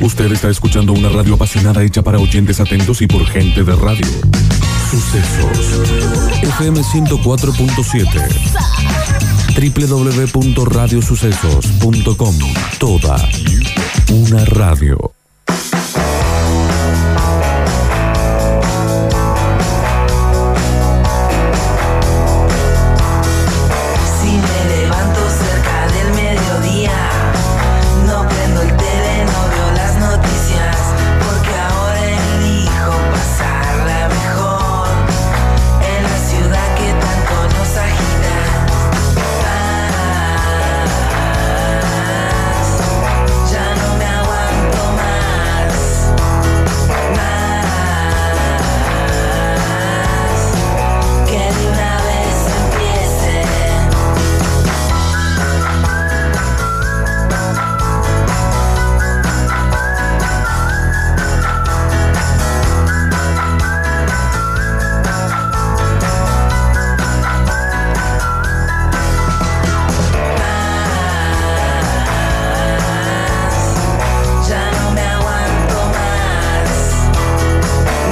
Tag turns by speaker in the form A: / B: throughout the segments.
A: Usted está escuchando una radio apasionada hecha para oyentes atentos y por gente de radio. Sucesos. FM 104.7. www.radiosucesos.com. Toda una radio.
B: Si me levanto cerca del mediodía, no prendo el tele, no veo las noticias, porque ahora elijo pasarla mejor en la ciudad que tanto nos agita. Más, ya no me aguanto más, más, que de una vez empiece. Ya no me aguanto más,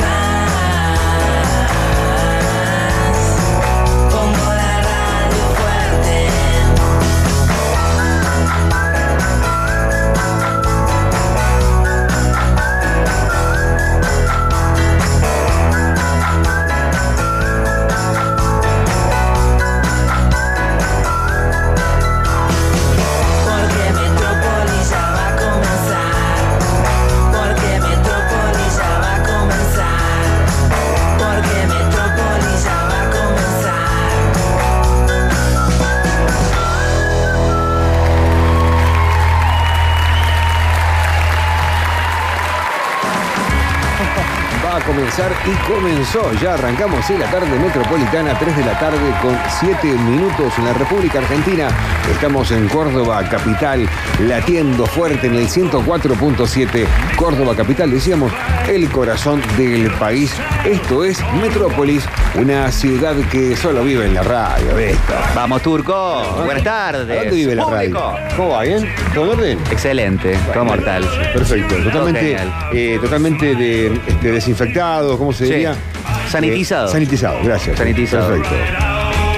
B: más. Pongo la radio fuerte. Porque Metrópolis ya va a comenzar. Porque Metrópolis ya va a comenzar. Porque Metrópolis ya va a comenzar.
C: Va a comenzar y comenzó. Ya arrancamos en la tarde metropolitana, 3 de la tarde con 7 minutos en la República Argentina. Estamos en Córdoba, capital, latiendo fuerte en el 104.7. Córdoba, capital, decíamos, el corazón del país. Esto es Metrópolis, una ciudad que solo vive en la radio. de esto.
D: Vamos, Turco. Buenas
C: ¿A
D: tardes.
C: dónde vive la radio?
D: Público.
C: ¿Cómo va? ¿Bien? ¿Todo en orden?
D: Excelente. Todo mortal.
C: Perfecto, totalmente,
D: Todo
C: eh, totalmente de, este, desinfectado, ¿cómo se
D: Sí.
C: diría?
D: Sanitizado.
C: Eh, sanitizado, gracias.
D: Sanitizado.
C: Perfecto.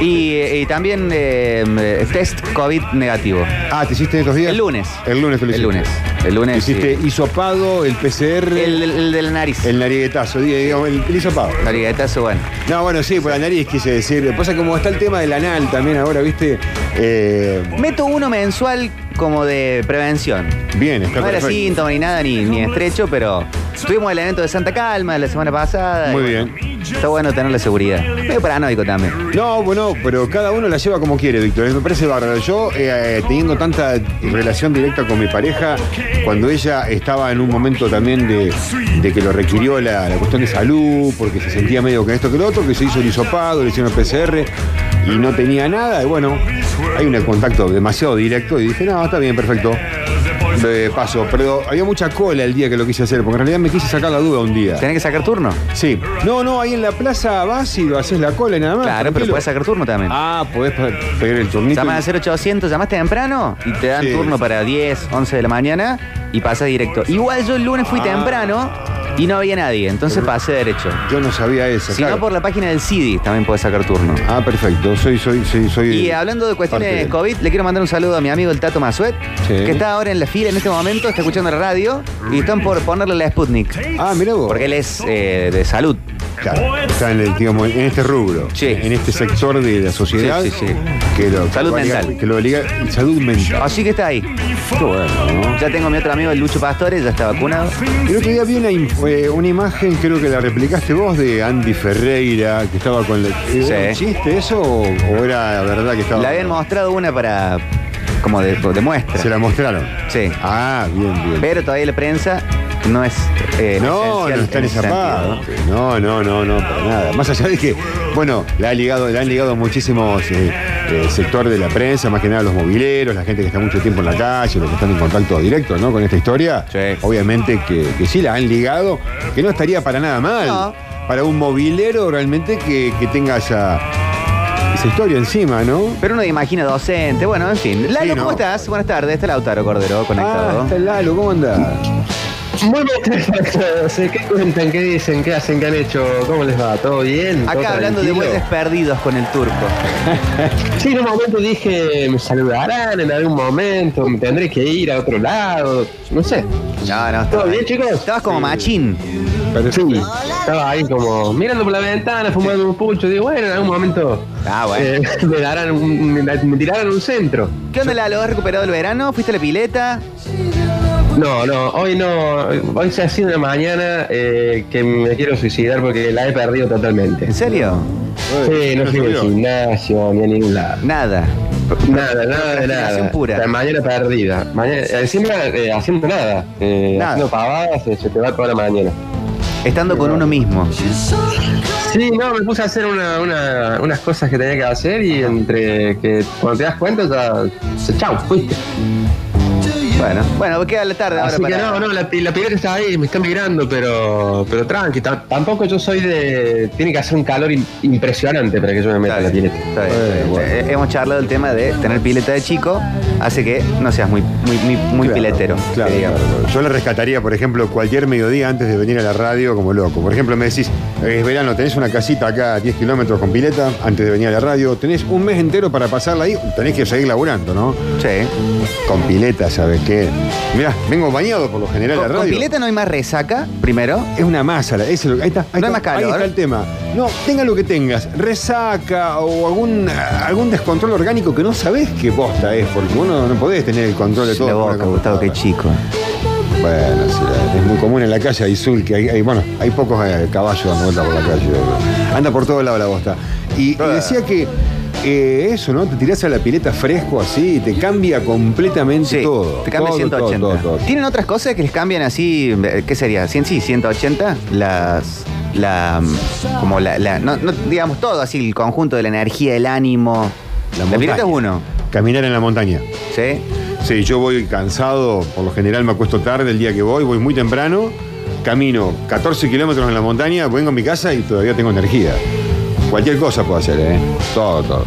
D: Y, eh, y también eh, eh, test COVID negativo.
C: Ah, ¿te hiciste estos días?
D: El lunes.
C: El lunes te lo
D: El
C: hiciste.
D: lunes. El lunes,
C: Hiciste hisopado, el PCR,
D: El,
C: el,
D: el de la nariz.
C: nariguetazo, digamos, el, el hisopado.
D: Nariguetazo, bueno.
C: No, bueno, sí, por la nariz quise decir. Lo que Pasa es que como está el tema del anal también ahora, ¿viste? Eh,
D: Meto uno mensual como de prevención.
C: bien, está
D: No era
C: perfecto.
D: síntoma ni nada, ni, ni estrecho, pero tuvimos el evento de Santa Calma la semana pasada.
C: Muy
D: y
C: bien.
D: bueno, Está bueno tener la seguridad. Medio paranoico también.
C: No, bueno, pero cada uno la lleva como quiere, Víctor. Me parece bárbaro. Yo, eh, teniendo tanta relación directa con mi pareja, cuando ella estaba en un momento también de, de que lo requirió la, la cuestión de salud, porque se sentía medio que esto que lo otro, que se hizo el hisopado, le hicieron el PCR y no tenía nada, y bueno, hay un contacto demasiado directo y dije, no, está bien, perfecto. De paso, pero había mucha cola el día que lo quise hacer, porque en realidad me quise sacar la duda un día.
D: ¿Tenés que sacar turno?
C: Sí. No, no, ahí en la plaza vas y haces la cola y nada más.
D: Claro, pero
C: tranquilo.
D: puedes sacar turno también.
C: Ah, podés pa- pegar el turnito.
D: Llamas al 0800, llamás temprano y te dan
C: Sí.
D: turno para 10, 11 de la mañana y pasas directo. Igual yo el lunes fui
C: Ah.
D: temprano y no había nadie, entonces pasé derecho.
C: Yo no sabía eso.
D: Si no,
C: claro.
D: por la página del CIDI también puedes sacar turno.
C: Ah, perfecto. Soy, soy, soy, soy.
D: Y hablando de cuestiones
C: parte de-
D: COVID, le quiero mandar un saludo a mi amigo el Tato Masuet,
C: Sí.
D: que está ahora en la fila en este momento, está escuchando la radio y están por ponerle la Sputnik.
C: Ah, mira vos.
D: Porque él es eh, de salud.
C: Claro, está en, el, digamos, en este rubro,
D: Sí.
C: en este sector de la sociedad.
D: Sí, sí, sí.
C: Que lo, que
D: Salud
C: lo obliga-
D: mental.
C: Que lo obliga. Salud mental.
D: Así que está ahí.
C: Qué bueno, ¿no?
D: Ya tengo a mi otro amigo, el Lucho Pastore, ya está vacunado.
C: El otro día vi una, inf- eh, una imagen, creo que la replicaste vos, de Andy Ferreira, que estaba con... La, ¿Era
D: Sí.
C: un chiste eso o, o era la verdad que estaba...?
D: Le habían mostrado una para. como de, de muestra.
C: Se la mostraron.
D: Sí.
C: Ah, bien, bien.
D: Pero todavía la prensa no es. eh,
C: No,
D: esencial
C: no están
D: en ese
C: escapados.
D: sentido,
C: No, no, no, no, para nada. Más allá de que, bueno, la han ligado, la han ligado muchísimos eh, eh, sector de la prensa, más que nada los mobileros, la gente que está mucho tiempo en la calle, los que están en contacto directo, ¿no? Con esta historia.
D: Sí.
C: Obviamente que, que sí la han ligado, que no estaría para nada mal.
D: No.
C: Para un mobilero realmente que, que tenga esa, esa historia encima, ¿no?
D: Pero uno imagina docente, bueno, en fin. Lalo,
C: Sí, no.
D: ¿cómo estás? Buenas tardes, está Lautaro Cordero
C: Ah,
D: conectado.
C: está el Lalo, ¿cómo anda?
E: Muy bien, muchachos. Eh, ¿Qué cuentan? ¿Qué dicen? ¿Qué hacen? ¿Qué han hecho? ¿Cómo les va? ¿Todo bien? ¿Todo
D: Acá hablando de
E: tranquilo?
D: bueyes perdidos con el turco.
E: Sí, en un momento dije, me saludarán en algún momento, me tendré que ir a otro lado, no sé.
D: No, no,
E: ¿Todo
D: estabas,
E: bien, chicos?
D: estabas como machín.
E: Sí, estaba ahí como mirando por la ventana, fumando un pucho, digo, bueno, en algún momento
D: Ah, bueno.
E: eh, me, darán un- me, me tirarán un centro.
D: ¿Qué onda, Lalo? ¿Has recuperado el verano? ¿Fuiste a la pileta?
E: No, no, hoy no, hoy se ha sido una mañana eh, que me quiero suicidar porque la he perdido totalmente.
D: ¿En serio?
E: Sí, no fui al gimnasio ni a ningún lado.
D: Nada.
E: Nada, nada, de
D: Procrastinación
E: nada.
D: pura.
E: La mañana perdida. Mañana, encima eh, haciendo nada. Eh,
D: Nada.
E: Haciendo pavadas, eh, se te va toda la mañana.
D: Estando con uno mismo.
E: Sí, no, me puse a hacer una- una- unas cosas que tenía que hacer y entre que cuando te das cuenta ya. se- Chau, fuiste.
D: Bueno, bueno, queda la tarde ahora
E: Así que
D: para.
E: no, no, la, pi- la pileta está ahí, me está migrando, pero, pero tranqui. ta- tampoco yo soy de. Tiene que hacer un calor im- impresionante para que yo me
D: Está
E: meta en la
D: bien,
E: pileta.
D: está bien, está
E: Eh,
D: bien.
E: bueno.
D: Eh, Hemos charlado el tema de tener pileta de chico, hace que no seas muy, muy, muy, muy
C: Claro,
D: piletero.
C: Claro,
D: que digamos.
C: claro, claro. Yo le rescataría, por ejemplo, cualquier mediodía antes de venir a la radio como loco. Por ejemplo, me decís, "Eh, es verano, tenés una casita acá a 10 kilómetros con pileta antes de venir a la radio. Tenés un mes entero para pasarla ahí. Tenés que seguir laburando, ¿no?
D: Sí.
C: Con pileta, ¿sabes qué? Mirá, vengo bañado por lo general a
D: Con,
C: la
D: con
C: radio.
D: pileta no hay más resaca, primero.
C: Es una masa, la- ese lo- ahí está. Ahí está,
D: No hay más calor.
C: Ahí está el tema. No, tenga lo que tengas, resaca o algún, algún descontrol orgánico que no sabés qué posta es, porque uno no podés tener el control de todo.
D: La
C: con
D: boca,
C: una
D: Gustavo, qué
C: computadora.
D: chico.
C: Bueno, sí, la- es muy común en la calle, hay sul, que hay, hay- bueno, hay pocos eh, caballos dando vuelta por la calle. Anda por todos lados la bosta. Y, y decía que eh, eso, ¿no? Te tirás a la pileta fresco así y te cambia completamente
D: Sí,
C: todo.
D: te cambia
C: Todo,
D: 180.
C: todo, todo, todo.
D: ¿Tienen otras cosas que les cambian así? eh, ¿Qué sería? ¿100 sí? ¿180? Las. La. mm, Como la. la- no, no, digamos todo así, el conjunto de la energía, el ánimo. La,
C: montaña.
D: pileta es uno,
C: Caminar en la montaña.
D: ¿sí?
C: Sí, yo voy cansado, por lo general me acuesto tarde el día que voy, voy muy temprano, camino 14 kilómetros en la montaña, vengo a mi casa y todavía tengo energía. Cualquier cosa puedo hacer, ¿eh? Todo, todo.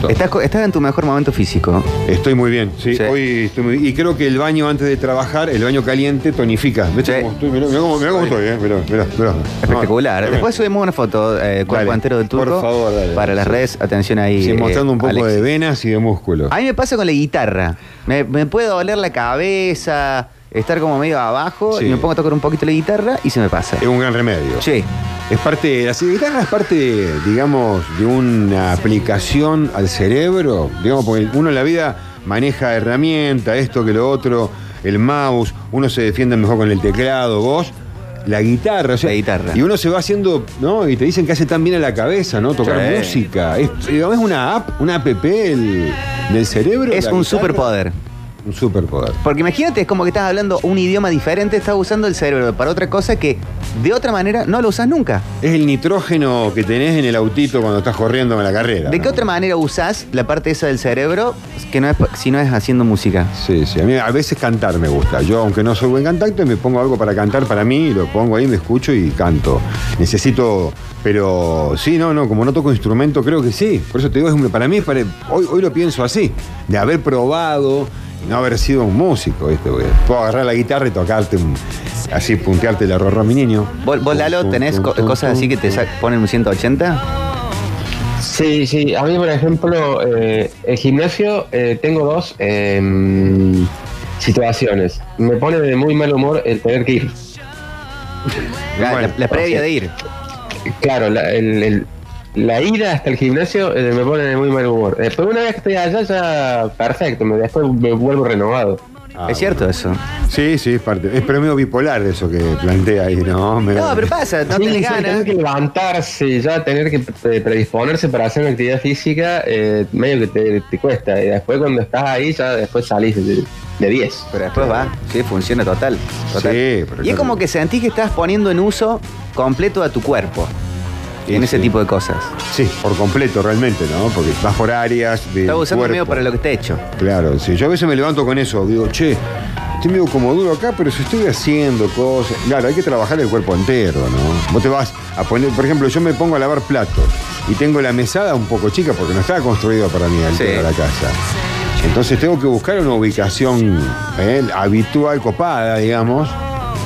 C: todo.
D: Estás, co- estás en tu mejor momento físico.
C: Estoy muy bien, sí.
D: Sí.
C: Hoy estoy muy bien. Y creo que el baño antes de trabajar, el baño caliente tonifica. ¿Viste
D: Sí.
C: cómo estoy? Mirá, mirá cómo, mirá cómo estoy, ¿eh? Mirá, mirá, mirá.
D: Espectacular.
C: No, tremendo.
D: Después subimos una foto, eh, cuerpo
C: Dale,
D: entero del
C: por
D: turco.
C: favor, dale.
D: Para las
C: Sí.
D: redes, atención ahí.
C: Sí,
D: eh,
C: mostrando un poco
D: Alex.
C: de venas y de músculo.
D: A mí me pasa con la guitarra. Me, me puede doler la cabeza, estar como medio abajo,
C: Sí. Eh,
D: y me pongo a tocar un poquito la guitarra y se me pasa.
C: Es un gran remedio.
D: Sí.
C: Es parte, la guitarra es parte, digamos, de una aplicación al cerebro, digamos, porque uno en la vida maneja herramientas, esto que lo otro, el mouse, uno se defiende mejor con el teclado, vos, la guitarra, o sea,
D: La guitarra.
C: y uno se va haciendo, ¿no? Y te dicen que hace tan bien a la cabeza, ¿no? Tocar
D: Sí.
C: música, es, digamos, es una app, una app el- del cerebro.
D: Es
C: la
D: un
C: guitarra.
D: superpoder.
C: Un superpoder.
D: Porque imagínate, es como que estás hablando un idioma diferente, estás usando el cerebro para otra cosa que de otra manera no lo usas nunca.
C: Es el nitrógeno que tenés en el autito cuando estás corriendo en la carrera.
D: ¿De qué
C: ¿no?
D: otra manera usás la parte esa del cerebro que no es pa- si no es haciendo música?
C: Sí, sí. A mí a veces cantar me gusta. Yo, aunque no soy buen cantante, me pongo algo para cantar para mí, lo pongo ahí, me escucho y canto. Necesito. Pero sí, no, no, como no toco instrumento, creo que sí. Por eso te digo, es un- para mí, es pare- hoy, hoy lo pienso así, de haber probado y no haber sido un músico, ¿viste? Porque puedo agarrar la guitarra y tocarte, un- así, puntearte la rorra, mi niño.
D: ¿Vos, vos, Lalo, tenés co- cosas así que te sa- ponen un 180?
E: Sí, sí, a mí por ejemplo, eh, el gimnasio eh, tengo dos eh, situaciones. Me pone de muy mal humor el tener que ir.
D: La,
C: Bueno,
D: la- la previa de
C: Ah,
D: ir.
E: Claro, la, el- el- la ida hasta el gimnasio eh, me pone de muy mal humor. Después una vez que estoy allá ya perfecto, me, después me vuelvo renovado.
C: Ah,
D: es cierto eso.
C: Sí, sí, es parte. Es pero medio bipolar eso que plantea ahí, ¿no? Me-
D: No, pero pasa, no
E: Sí,
D: tenés
E: sí,
D: ganas.
E: Tener que levantarse y ya tener que pre- predisponerse para hacer una actividad física, eh, medio que te, te cuesta. Y después cuando estás ahí, ya después salís de de 10.
D: Pero después va, sí, funciona total. total.
C: Sí, pero
D: y es
C: claro.
D: como que sentís que estás poniendo en uso completo a tu cuerpo.
C: Sí,
D: en ese
C: sí.
D: tipo de cosas.
C: Sí, por completo realmente, ¿no? Porque vas por áreas de.
D: Estás usando medio
C: cuerpo.
D: para lo que está hecho.
C: Claro, sí. Yo a veces me levanto con eso, digo, che, estoy medio como duro acá, pero si estoy haciendo cosas. Claro, hay que trabajar el cuerpo entero, ¿no? Vos te vas a poner, por ejemplo, yo me pongo a lavar platos y tengo la mesada un poco chica porque no estaba construida para mí al
D: Sí.
C: de la casa. Entonces tengo que buscar una ubicación eh, habitual, copada, digamos,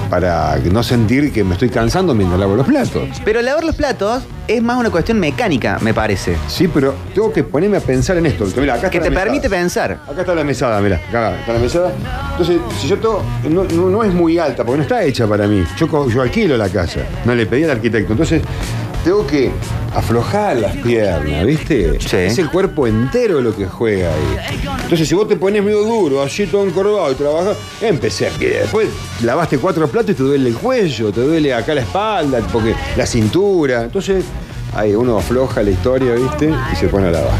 C: para no sentir que me estoy cansando mientras lavo los platos.
D: Pero lavar los platos es más una cuestión mecánica, me parece.
C: Sí, pero tengo que ponerme a pensar en esto. porque mirá, acá
D: Que
C: está
D: te
C: la mesada.
D: permite pensar.
C: Acá está la mesada, mirá, acá está la mesada. Entonces, si yo tengo, no, no- no es muy alta, porque no está hecha para mí. Yo, co- yo alquilo la casa, no le pedí al arquitecto. Entonces, tengo que aflojar las piernas, ¿viste?
D: Sí.
C: Es el cuerpo entero lo que juega ahí. Entonces, si vos te pones medio duro, así todo encorvado y trabajas, empecé a que después lavaste cuatro platos y te duele el cuello, te duele acá la espalda, porque la cintura. Entonces, ahí uno afloja la historia, ¿viste? Y se pone a lavar.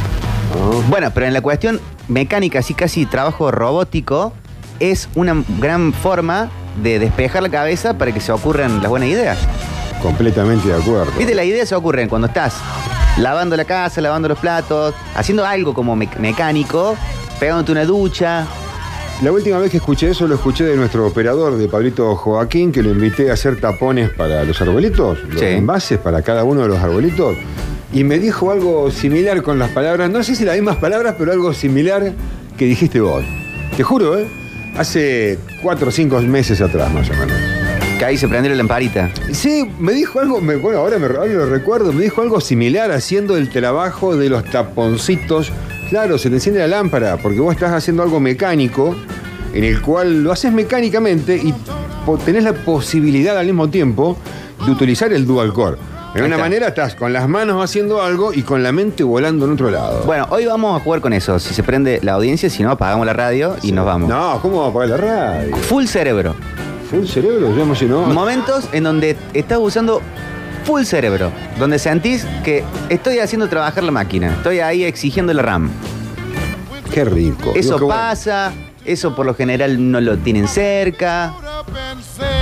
C: ¿no?
D: Bueno, pero en la cuestión mecánica, así casi trabajo robótico, es una gran forma de despejar la cabeza para que se ocurran las buenas ideas.
C: Completamente de acuerdo.
D: Viste, las ideas se ocurren cuando estás lavando la casa, lavando los platos, haciendo algo como mec- mecánico, pegándote una ducha.
C: La última vez que escuché eso lo escuché de nuestro operador, de Pablito Joaquín, que lo invité a hacer tapones para los arbolitos, los
D: Sí.
C: envases para cada uno de los arbolitos. Y me dijo algo similar con las palabras, no sé si las mismas palabras, pero algo similar que dijiste vos. Te juro, ¿eh? Hace cuatro o cinco meses atrás, más o menos.
D: Que ahí se prendió la lamparita.
C: Sí, me dijo algo, me- bueno, ahora, me, ahora lo recuerdo, me dijo algo similar haciendo el trabajo de los taponcitos. Claro, se te enciende la lámpara, porque vos estás haciendo algo mecánico, en el cual lo haces mecánicamente y po- tenés la posibilidad al mismo tiempo de utilizar el dual core. De
D: Ahí
C: una
D: está.
C: manera estás con las manos haciendo algo y con la mente volando en otro lado.
D: Bueno, hoy vamos a jugar con eso. Si se prende la audiencia, si no, apagamos la radio y nos vamos.
C: No, ¿cómo va a apagar la radio?
D: Full cerebro.
C: Full cerebro, yo emocionó.
D: Momentos en donde estás usando full cerebro, donde sentís que estoy haciendo trabajar la máquina, estoy ahí exigiendo la RAM.
C: Qué rico. Digo,
D: Eso
C: Oh, qué bueno.
D: pasa, eso por lo general no lo tienen cerca.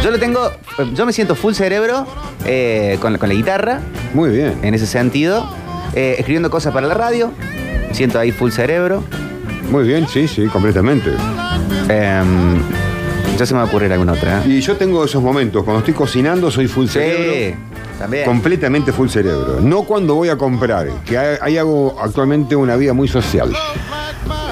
D: Yo lo tengo, eh, yo me siento full cerebro eh, con, la- con la guitarra,
C: Muy bien.
D: en ese sentido, eh, escribiendo cosas para la radio, siento ahí full cerebro.
C: Muy bien, sí, sí, completamente.
D: Em, ya se me va a ocurrir alguna otra. ¿eh?
C: Y yo tengo esos momentos. Cuando estoy cocinando soy full
D: Sí,
C: cerebro.
D: también.
C: Completamente full cerebro. No cuando voy a comprar, que hay- ahí hago actualmente una vida muy social.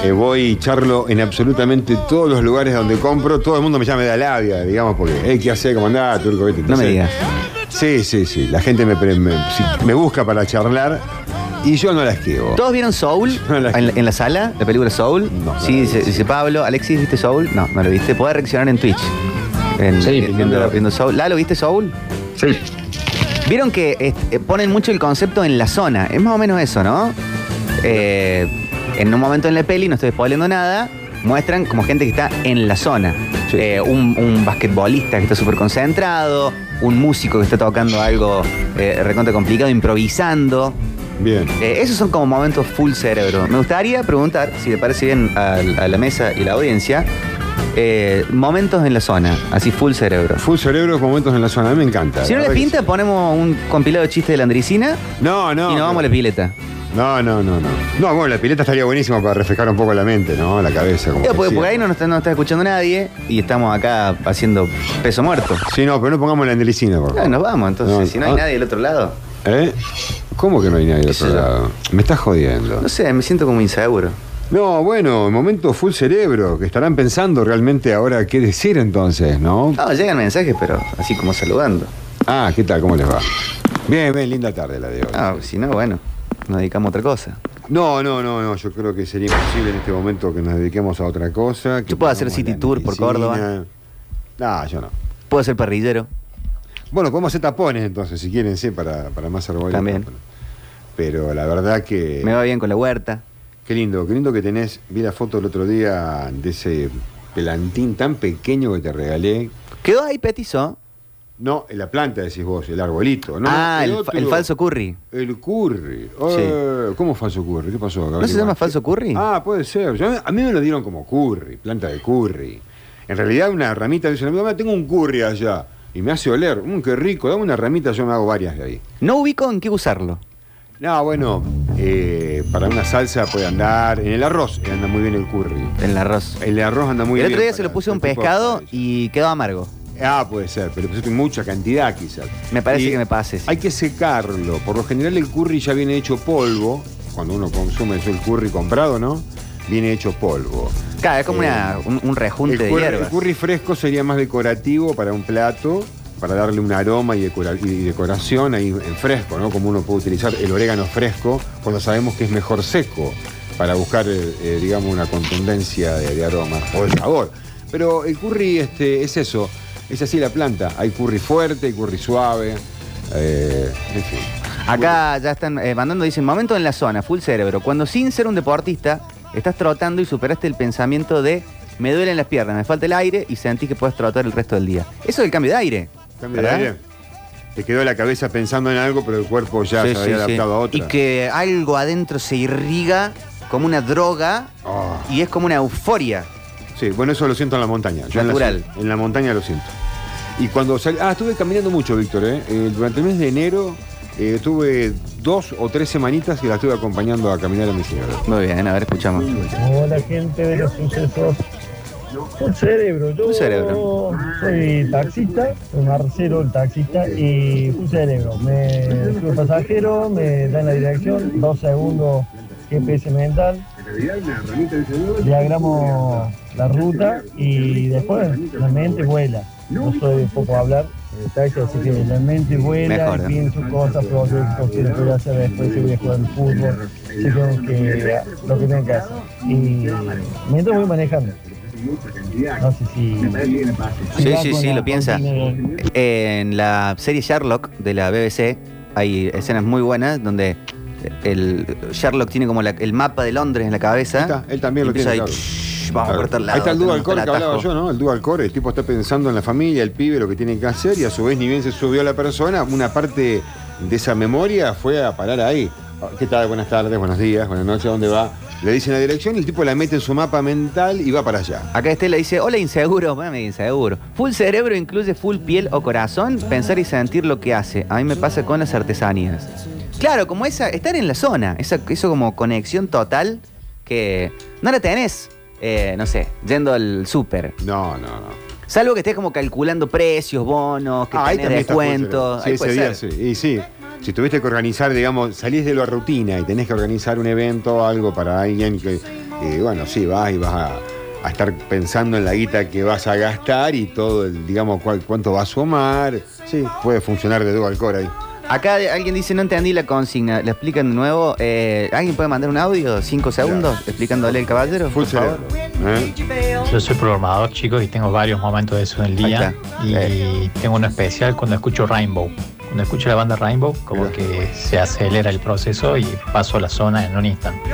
C: Eh, voy y charlo en absolutamente todos los lugares donde compro. Todo el mundo me llama de labia, digamos, porque, hey, ¿qué hace? ¿Cómo andás? Turco? ¿Viste?
D: No
C: Entonces,
D: me digas.
C: Sí, sí, sí. La gente me, pre- me- sí, me busca para charlar y yo no la esquivo.
D: ¿Todos vieron Soul
C: No
D: en
C: la-
D: la, en la sala? ¿La película Soul?
C: No, no
D: sí,
C: la
D: dice,
C: vi.
D: dice Pablo. Alexis, ¿viste Soul? No, no lo viste. Podés reaccionar en Twitch. En-
E: Sí,
D: viendo-
C: viendo-
D: viendo Soul. Lalo, ¿viste Soul?
E: Sí.
D: Vieron que este, ponen mucho el concepto en la zona. Es más o menos eso, ¿no? Eh, en un momento en la peli, no estoy spoileando nada, muestran como gente que está en la zona.
C: Sí.
D: Eh, un, un basquetbolista que está súper concentrado, un músico que está tocando algo eh, recontra complicado, improvisando.
C: Bien.
D: Eh, esos son como momentos full cerebro. Me gustaría preguntar, si le parece bien a, a la mesa y la audiencia, eh, momentos en la zona, así full cerebro.
C: Full cerebro con momentos en la zona. A mí me encanta.
D: Si no
C: la
D: les
C: verdad que
D: pinta,
C: sí.
D: ponemos un compilado de chistes de la Andricina
C: No, no.
D: y nos vamos a la pileta.
C: No, no, no, no. No, bueno, la pileta estaría buenísima para refrescar un poco la mente, ¿no? La cabeza. Como decía.
D: Digo, porque pues, por ahí no nos está, no nos está escuchando nadie y estamos acá haciendo peso muerto.
C: Sí, no, pero no pongamos la andricina, por
D: Ah,
C: favor.
D: nos vamos, entonces,
C: No,
D: si no hay
C: ah.
D: nadie del otro lado,
C: ¿Eh? ¿Cómo que no hay nadie del
D: sé
C: otro
D: yo.
C: lado? Me estás jodiendo.
D: no sé, me siento como inseguro.
C: No, bueno, momento full cerebro, que estarán pensando realmente ahora qué decir entonces, ¿no?
D: No, llegan mensajes, pero así como saludando.
C: Ah, ¿qué tal? ¿Cómo les va? Bien, bien, linda tarde la de hoy.
D: Ah, si no, bueno, nos dedicamos a otra cosa.
C: No, no, no, no, yo creo que sería imposible en este momento que nos dediquemos a otra cosa. que
D: Yo puedo hacer
C: pongamos
D: city
C: la
D: tour por
C: medicina.
D: Córdoba.
C: No, yo no.
D: Puedo ser parrillero.
C: Bueno, podemos hacer tapones entonces, si quieren, sí, para, para más arbolitos.
D: También.
C: Pero la verdad que...
D: Me va bien con la huerta.
C: Qué lindo, qué lindo que tenés. Vi la foto el otro día de ese pelantín tan pequeño que te regalé.
D: Quedó ahí petizo.
C: No, en la planta decís vos, el arbolito. No,
D: ah, el, fa-
C: otro.
D: el falso curry.
C: El curry. Eh, ¿Cómo falso curry? ¿Qué pasó?
D: ¿No se llama falso curry?
C: Ah, puede ser. Yo- a mí me lo dieron como curry, planta de curry. En realidad una ramita dice, mamá, tengo un curry allá. Y me hace oler, mmm, qué rico, dame una ramita, yo me hago varias de ahí.
D: No ubico en qué usarlo.
C: No, bueno, eh, para una salsa puede andar. En el arroz eh, anda muy bien el curry.
D: En el arroz.
C: El arroz anda Eh, muy
D: el
C: bien.
D: otro día
C: para
D: se lo puse a un
C: este tipo de
D: pescado
C: platillos.
D: y quedó amargo.
C: Ah, puede ser, pero pusiste mucha cantidad quizás.
D: Me parece
C: Y
D: que me pase, sí.
C: Hay que secarlo. Por lo general el curry ya viene hecho polvo. Cuando uno consume el curry comprado, ¿no? Viene hecho polvo.
D: Claro, es como
C: Eh,
D: una- un, un rejunte
C: El
D: de
C: curry,
D: hierbas.
C: el curry fresco sería más decorativo para un plato, para darle un aroma y, decora- y decoración ahí en fresco, ¿no? Como uno puede utilizar el orégano fresco cuando sabemos que es mejor seco para buscar, eh, eh, digamos, una contundencia de, de aroma o de sabor. Pero el curry este, es eso, es así la planta. Hay curry fuerte, hay curry suave, eh, en fin.
D: Acá ya están eh, mandando, dicen, momento en la zona, full cerebro. Cuando sin ser un deportista, estás trotando y superaste el pensamiento de me duelen las piernas, me falta el aire y sentís que puedes trotar el resto del día. Eso es el cambio de aire.
C: Cambio de
D: ¿verdad?
C: aire. Te quedó la cabeza pensando en algo, pero el cuerpo ya
D: Sí,
C: se
D: sí,
C: había
D: sí.
C: adaptado a otra.
D: Y que algo adentro se irriga como una droga
C: Ah.
D: y es como una euforia.
C: Sí, bueno, eso lo siento en la montaña. Yo en la-
D: Natural.
C: En la, montaña lo siento. Y cuando sal- Ah, estuve caminando mucho, Víctor, ¿eh? Eh, Durante el mes de enero eh, tuve dos o tres semanitas y la estuve acompañando a caminar a mi señora.
D: Muy bien, a ver, escuchamos.
F: Hola gente de los sucesos. Un cerebro, yo
D: Un cerebro.
F: soy taxista, un arcero el taxista y un cerebro. Me soy pasajero, me dan la dirección, dos segundos GPS mental, diagramo la ruta y después la mente vuela. No soy de poco hablar eh, taxi, así que la mente vuela,
D: Mejor, ¿eh?
F: pienso cosas, proyectos que lo voy a hacer después, si voy a jugar al fútbol, si tengo que lo que tengo que hacer. Y mientras voy manejando. No sé si. si
D: Sí,
F: va
D: sí,
F: con
D: sí,
F: la
D: lo piensa.
F: cortina.
D: En la serie Sherlock de la BBC hay escenas muy buenas donde el Sherlock tiene como la- el mapa de Londres en la cabeza.
C: Ahí está, él también
D: Y
C: lo
D: empieza
C: tiene,
D: ahí,
C: claro.
D: "Shh, Vamos a cortar la
C: Ahí está el dual core que hablaba yo, ¿no? El dual core, el tipo está pensando en la familia, el pibe, lo que tiene que hacer y a su vez ni bien se subió a la persona, una parte de esa memoria fue a parar ahí. Ah, ¿Qué tal? Buenas tardes, buenos días, buenas noches, ¿dónde va? Le dicen la dirección y el tipo la mete en su mapa mental y va para allá.
D: Acá Estela dice, hola inseguro, mami inseguro. Full cerebro incluye full piel o corazón, pensar y sentir lo que hace. A mí me pasa con las artesanías. Claro, como esa, estar en la zona, esa, eso como conexión total que no la tenés, eh, no sé, yendo al súper.
C: No, no, no.
D: Salvo que estés como calculando precios, bonos, que
C: Ah, ahí
D: tenés
C: también está fuerte.
D: descuentos.
C: Sí,
D: ahí
C: ese
D: puede
C: día
D: ser.
C: sí. Y sí, si tuviste que organizar, digamos, salís de la rutina y tenés que organizar un evento, algo para alguien que, eh, bueno, sí, vas y vas a, a estar pensando en la guita que vas a gastar y todo, el, digamos, cuál- cuánto va a sumar. Sí, puede funcionar de dual core ahí.
D: Acá de- alguien dice, no entendí la consigna, la explican de nuevo. Eh, ¿Alguien puede mandar un audio? ¿Cinco segundos? Explicándole al caballero.
C: Full
D: por favor?
C: cerebro. ¿eh?
G: Yo soy programador, chicos, y tengo varios momentos de eso en el
D: Ahí
G: día.
D: está.
G: Y tengo uno especial cuando escucho Rainbow. Cuando escucho la banda Rainbow, como
C: Mirá.
G: que se acelera el proceso y paso a la zona en un instante.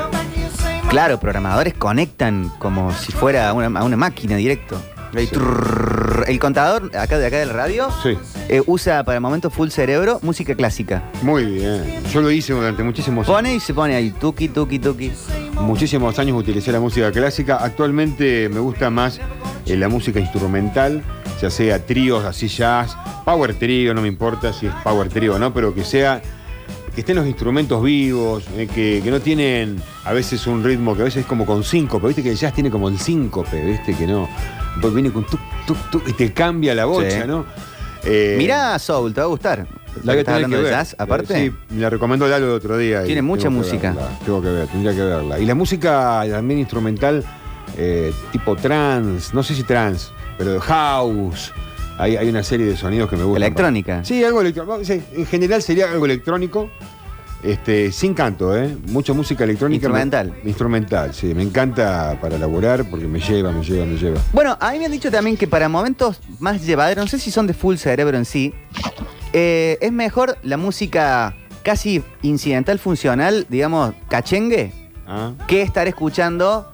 D: Claro, programadores conectan como si fuera a una, a una máquina directo. Ahí,
C: Sí.
D: trrr. El contador acá de acá del radio
C: Sí,
D: eh, usa para el momento full cerebro música clásica.
C: muy bien. Yo lo hice durante muchísimos años.
D: Pone y se pone ahí tuki tuki tuki.
C: Muchísimos años utilicé la música clásica. Actualmente me gusta más eh, la música instrumental, ya sea tríos, así jazz, power trío, no me importa si es power trío o no, pero que sea. Que estén los instrumentos vivos, eh, que, que no tienen a veces un ritmo que a veces es como con síncope, viste que el jazz tiene como el síncope, viste que no. Pues Viene con tuk, tuk, tuk, y te cambia la bocha,
D: Sí.
C: ¿no? Eh,
D: Mirá Soul, te va a
C: la
D: gustar. que
C: voy a
D: estás
C: tener
D: hablando
C: que
D: de
C: ver.
D: jazz, aparte.
C: Eh, Sí, la recomendó Lalo el otro día. y
D: Tiene
C: tengo
D: mucha
C: que
D: música.
C: verla, tengo que ver, tendría que verla. Y la música también instrumental, eh, tipo trans, no sé si trans, pero house. Hay, hay una serie de sonidos que me gustan.
D: Electrónica.
C: Sí, algo electrónico. Sí, en general sería algo electrónico. Este, sin canto, ¿eh? Mucha música electrónica.
D: Instrumental.
C: Me- instrumental, sí. Me encanta para laborar porque me lleva, me lleva, me lleva.
D: Bueno, a mí me han dicho también que para momentos más llevaderos, no sé si son de full cerebro en sí, eh, es mejor la música casi incidental, funcional, digamos, cachengue,
C: Ah.
D: que estar escuchando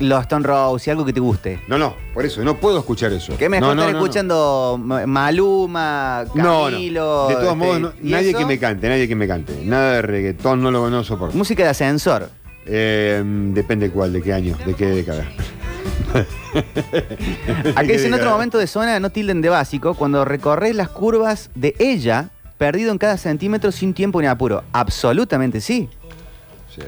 D: los Stone Roses y algo que te guste.
C: No, no, por eso, no puedo escuchar eso.
D: Que mejor
C: No, no,
D: estar
C: no, no.
D: escuchando Ma- Maluma,
C: No, no.
D: Camilo.
C: De todos
D: este,
C: modos, no-
D: y
C: nadie
D: eso,
C: que me cante, nadie que me cante. Nada de reggaetón, no lo no soporto.
D: Música de ascensor.
C: Eh, depende cuál, de qué año, de qué década.
D: Aquí dice en otro
C: década.
D: momento de zona, no tilden de básico, cuando recorres las curvas de ella, perdido en cada centímetro sin tiempo ni apuro. Absolutamente sí.
C: Sí.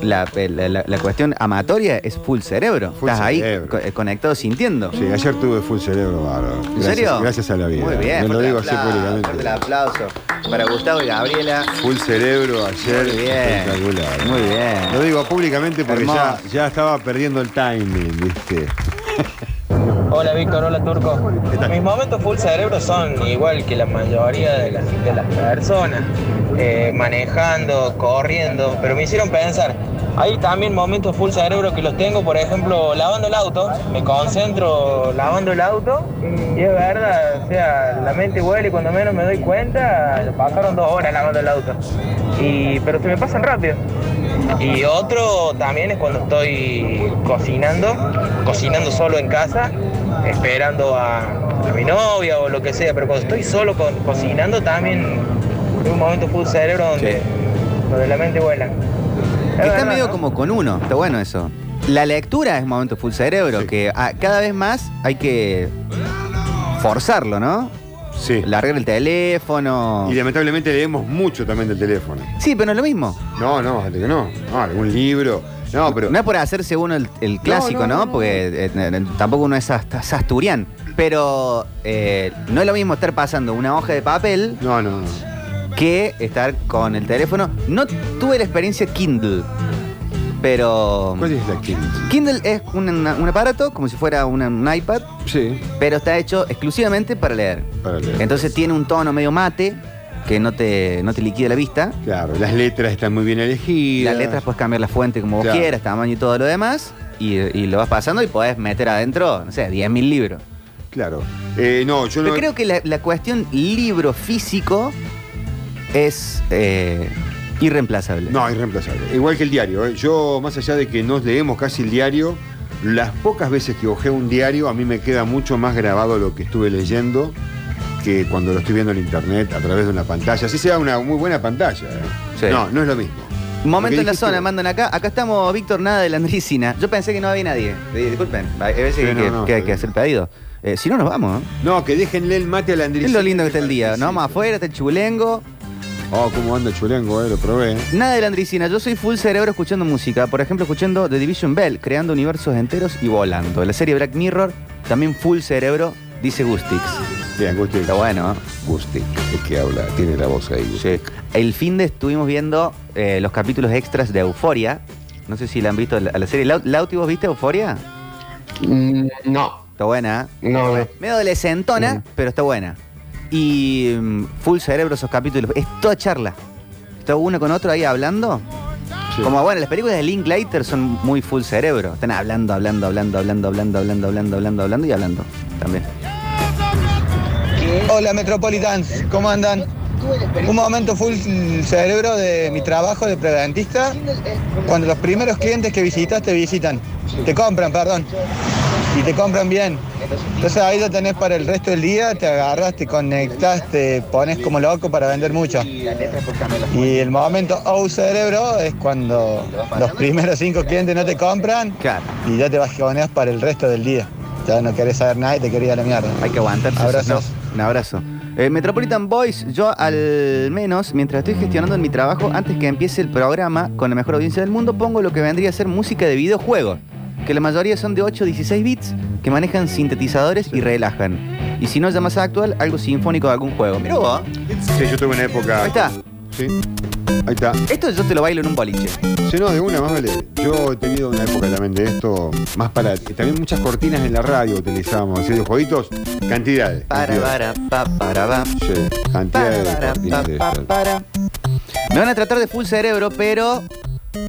D: La, eh, la- la- la cuestión amatoria es full cerebro.
C: Full
D: Estás
C: cerebro.
D: ahí co- eh, conectado sintiendo.
C: Sí, ayer tuve full cerebro bárbaro.
D: ¿En
C: Gracias-
D: serio?
C: Gracias a la vida.
D: Muy
C: Me
D: bien.
C: lo
D: fuerte el
C: digo así
D: aplauso,
C: públicamente.
D: fuerte el aplauso. para Gustavo y Gabriela.
C: Full cerebro ayer.
D: Muy bien.
C: Espectacular.
D: Muy bien.
C: Lo digo públicamente porque ya,
D: Hermoso.
C: ya estaba perdiendo el timing, ¿viste?
H: Hola Víctor, hola Turco. Mis momentos full cerebro son igual que la mayoría de las, de las personas, eh, manejando, corriendo, pero me hicieron pensar. Hay también momentos full cerebro que los tengo, por ejemplo, lavando el auto. Me concentro lavando el auto y es verdad, o sea, la mente huele y cuando menos me doy cuenta, pasaron dos horas lavando el auto. Y, pero se me pasan rápido. Y otro también es cuando estoy cocinando, cocinando solo en casa, esperando a, a mi novia o lo que sea, pero cuando estoy solo co- cocinando también es un momento full cerebro donde, donde la mente vuela. Es
D: Está
H: verdad,
D: medio
H: ¿no?
D: como con uno, está bueno eso. La lectura es momento full cerebro, que ah, cada vez más hay que forzarlo, ¿no?
C: Sí.
D: Largar el teléfono.
C: Y lamentablemente leemos mucho también del teléfono.
D: Sí, pero no es lo mismo.
C: No, no, fíjate que no. No, algún libro. No, pero.
D: No es por hacerse uno el, el clásico,
C: no,
D: ¿no?
C: no, no.
D: Porque eh, eh, tampoco uno es ast- es asturian. Pero eh, no es lo mismo estar pasando una hoja de papel
C: No, no, no.
D: que estar con el teléfono. No tuve la experiencia Kindle, pero...
C: ¿Cuál es la quinta?
D: Kindle es un, un aparato como si fuera una- un iPad,
C: Sí.
D: pero está hecho exclusivamente para leer.
C: Para leer.
D: Entonces tiene un tono medio mate que no te, no te liquida la vista.
C: Claro, las letras están muy bien elegidas.
D: Las letras puedes cambiar la fuente como vos
C: Claro.
D: quieras, tamaño y todo lo demás. Y, y lo vas pasando y podés meter adentro, no sé, 10.000 libros.
C: Claro. Eh, no, yo
D: Pero
C: no.
D: creo que la, la cuestión libro físico es eh, irreemplazable.
C: No, irreemplazable. Igual que el diario. ¿eh? Yo, más allá de que no leemos casi el diario, las pocas veces que ojeo un diario, a mí me queda mucho más grabado lo que estuve leyendo que cuando lo estoy viendo en internet a través de una pantalla. Así sea una muy buena pantalla. ¿eh?
D: Sí.
C: No, no es lo mismo.
D: Momento
C: Lo que
D: en la
C: dijiste
D: zona,
C: vos.
D: mandan acá. Acá estamos, Víctor Nada de la Andricina. Yo pensé que no había nadie. Eh, Disculpen, hay veces
C: Sí,
D: que,
C: no,
D: que-
C: no,
D: que
C: está
D: hay que
C: bien.
D: hacer pedido. Eh, si no, nos vamos. ¿eh?
C: No, que déjenle el mate a la Andrés.
D: Es lo lindo que está el día. No vamos afuera, está el chulengo.
C: Oh, cómo anda el chulengo, eh, lo probé. eh.
D: Nada de la Andricina. Yo soy full cerebro escuchando música. Por ejemplo, escuchando The Division Bell, creando universos enteros y volando. La serie Black Mirror, también full cerebro, dice Gustix.
C: Bien, Gusti.
D: Está bueno. ¿eh?
C: Gusti, es que habla, tiene la voz ahí. Gusti.
D: El fin de estuvimos viendo eh, los capítulos extras de Euforia. No sé si la han visto la- a la serie. Lau- Lauti, ¿vos viste Euforia?
E: Mm, No,
D: Está buena. ¿eh?
E: no, no.
D: Medio adolescentona, pero está buena. Y mm, full cerebro esos capítulos. Es toda charla. Está uno con otro ahí hablando.
C: Sí.
D: Como bueno, las películas de Linklater son muy full cerebro. Están hablando, hablando, hablando, hablando, hablando, hablando, hablando, hablando, hablando y hablando también.
I: Hola Metropolitans, ¿cómo andan? Un momento full cerebro de mi trabajo de preventista, cuando los primeros clientes que visitas te visitan, te compran, perdón, y te compran bien. Entonces ahí lo tenés para el resto del día, te agarras, te conectas, te pones como loco para vender mucho. Y el momento oh cerebro es cuando los primeros cinco clientes no te compran
D: Claro,
I: y ya te bajoneas para el resto del día. Ya no querés saber nada y te querés ir a la mierda.
D: hay que aguantarse.
I: Abrazos.
D: No, un abrazo. Eh, Metropolitan Boys, yo al menos, mientras estoy gestionando en mi trabajo, antes que empiece el programa con la mejor audiencia del mundo, pongo lo que vendría a ser música de videojuegos, que la mayoría son de 8 o 16 bits, que manejan sintetizadores y relajan. Y si no es ya más actual, algo sinfónico de algún juego. Mira vos,
C: Sí, yo tuve una época.
D: ahí está.
C: Sí. Ahí está.
D: Esto yo te lo bailo en un boliche.
C: Sí, no, de una, más vale. Yo he tenido una época también de esto, más para. y También muchas cortinas en la radio utilizábamos, ¿sí? los jueguitos, cantidades.
D: Para,
C: cantidades.
D: para, pa, para, va.
C: Sí, cantidades de
D: Para,
C: cortinas
D: para,
C: de
D: pa,
C: estas.
D: para. Me van a tratar de full cerebro, pero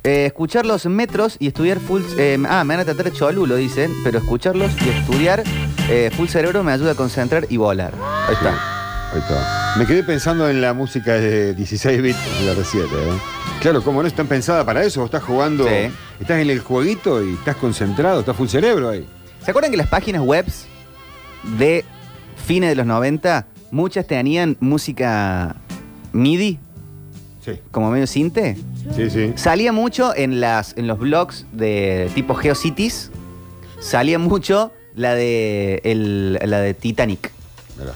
D: eh, escuchar los metros y estudiar full. eh, ah, me van a tratar de cholulo, dicen, pero escucharlos y estudiar eh, full cerebro me ayuda a concentrar y volar. Ahí
C: Sí,
D: está.
C: Ahí está. Me quedé pensando en la música de 16 bits de la R7. ¿eh? Claro, como no están pensadas para eso, vos estás jugando,
D: Sí.
C: estás en el jueguito y estás concentrado, estás full cerebro ahí.
D: ¿Se acuerdan que las páginas webs de fines de los 90 muchas tenían música MIDI,
C: Sí,
D: como medio cinte?
C: sí, sí.
D: Salía mucho en, las, en los blogs de tipo GeoCities. Salía mucho la de, el- la de Titanic.
C: Mirá.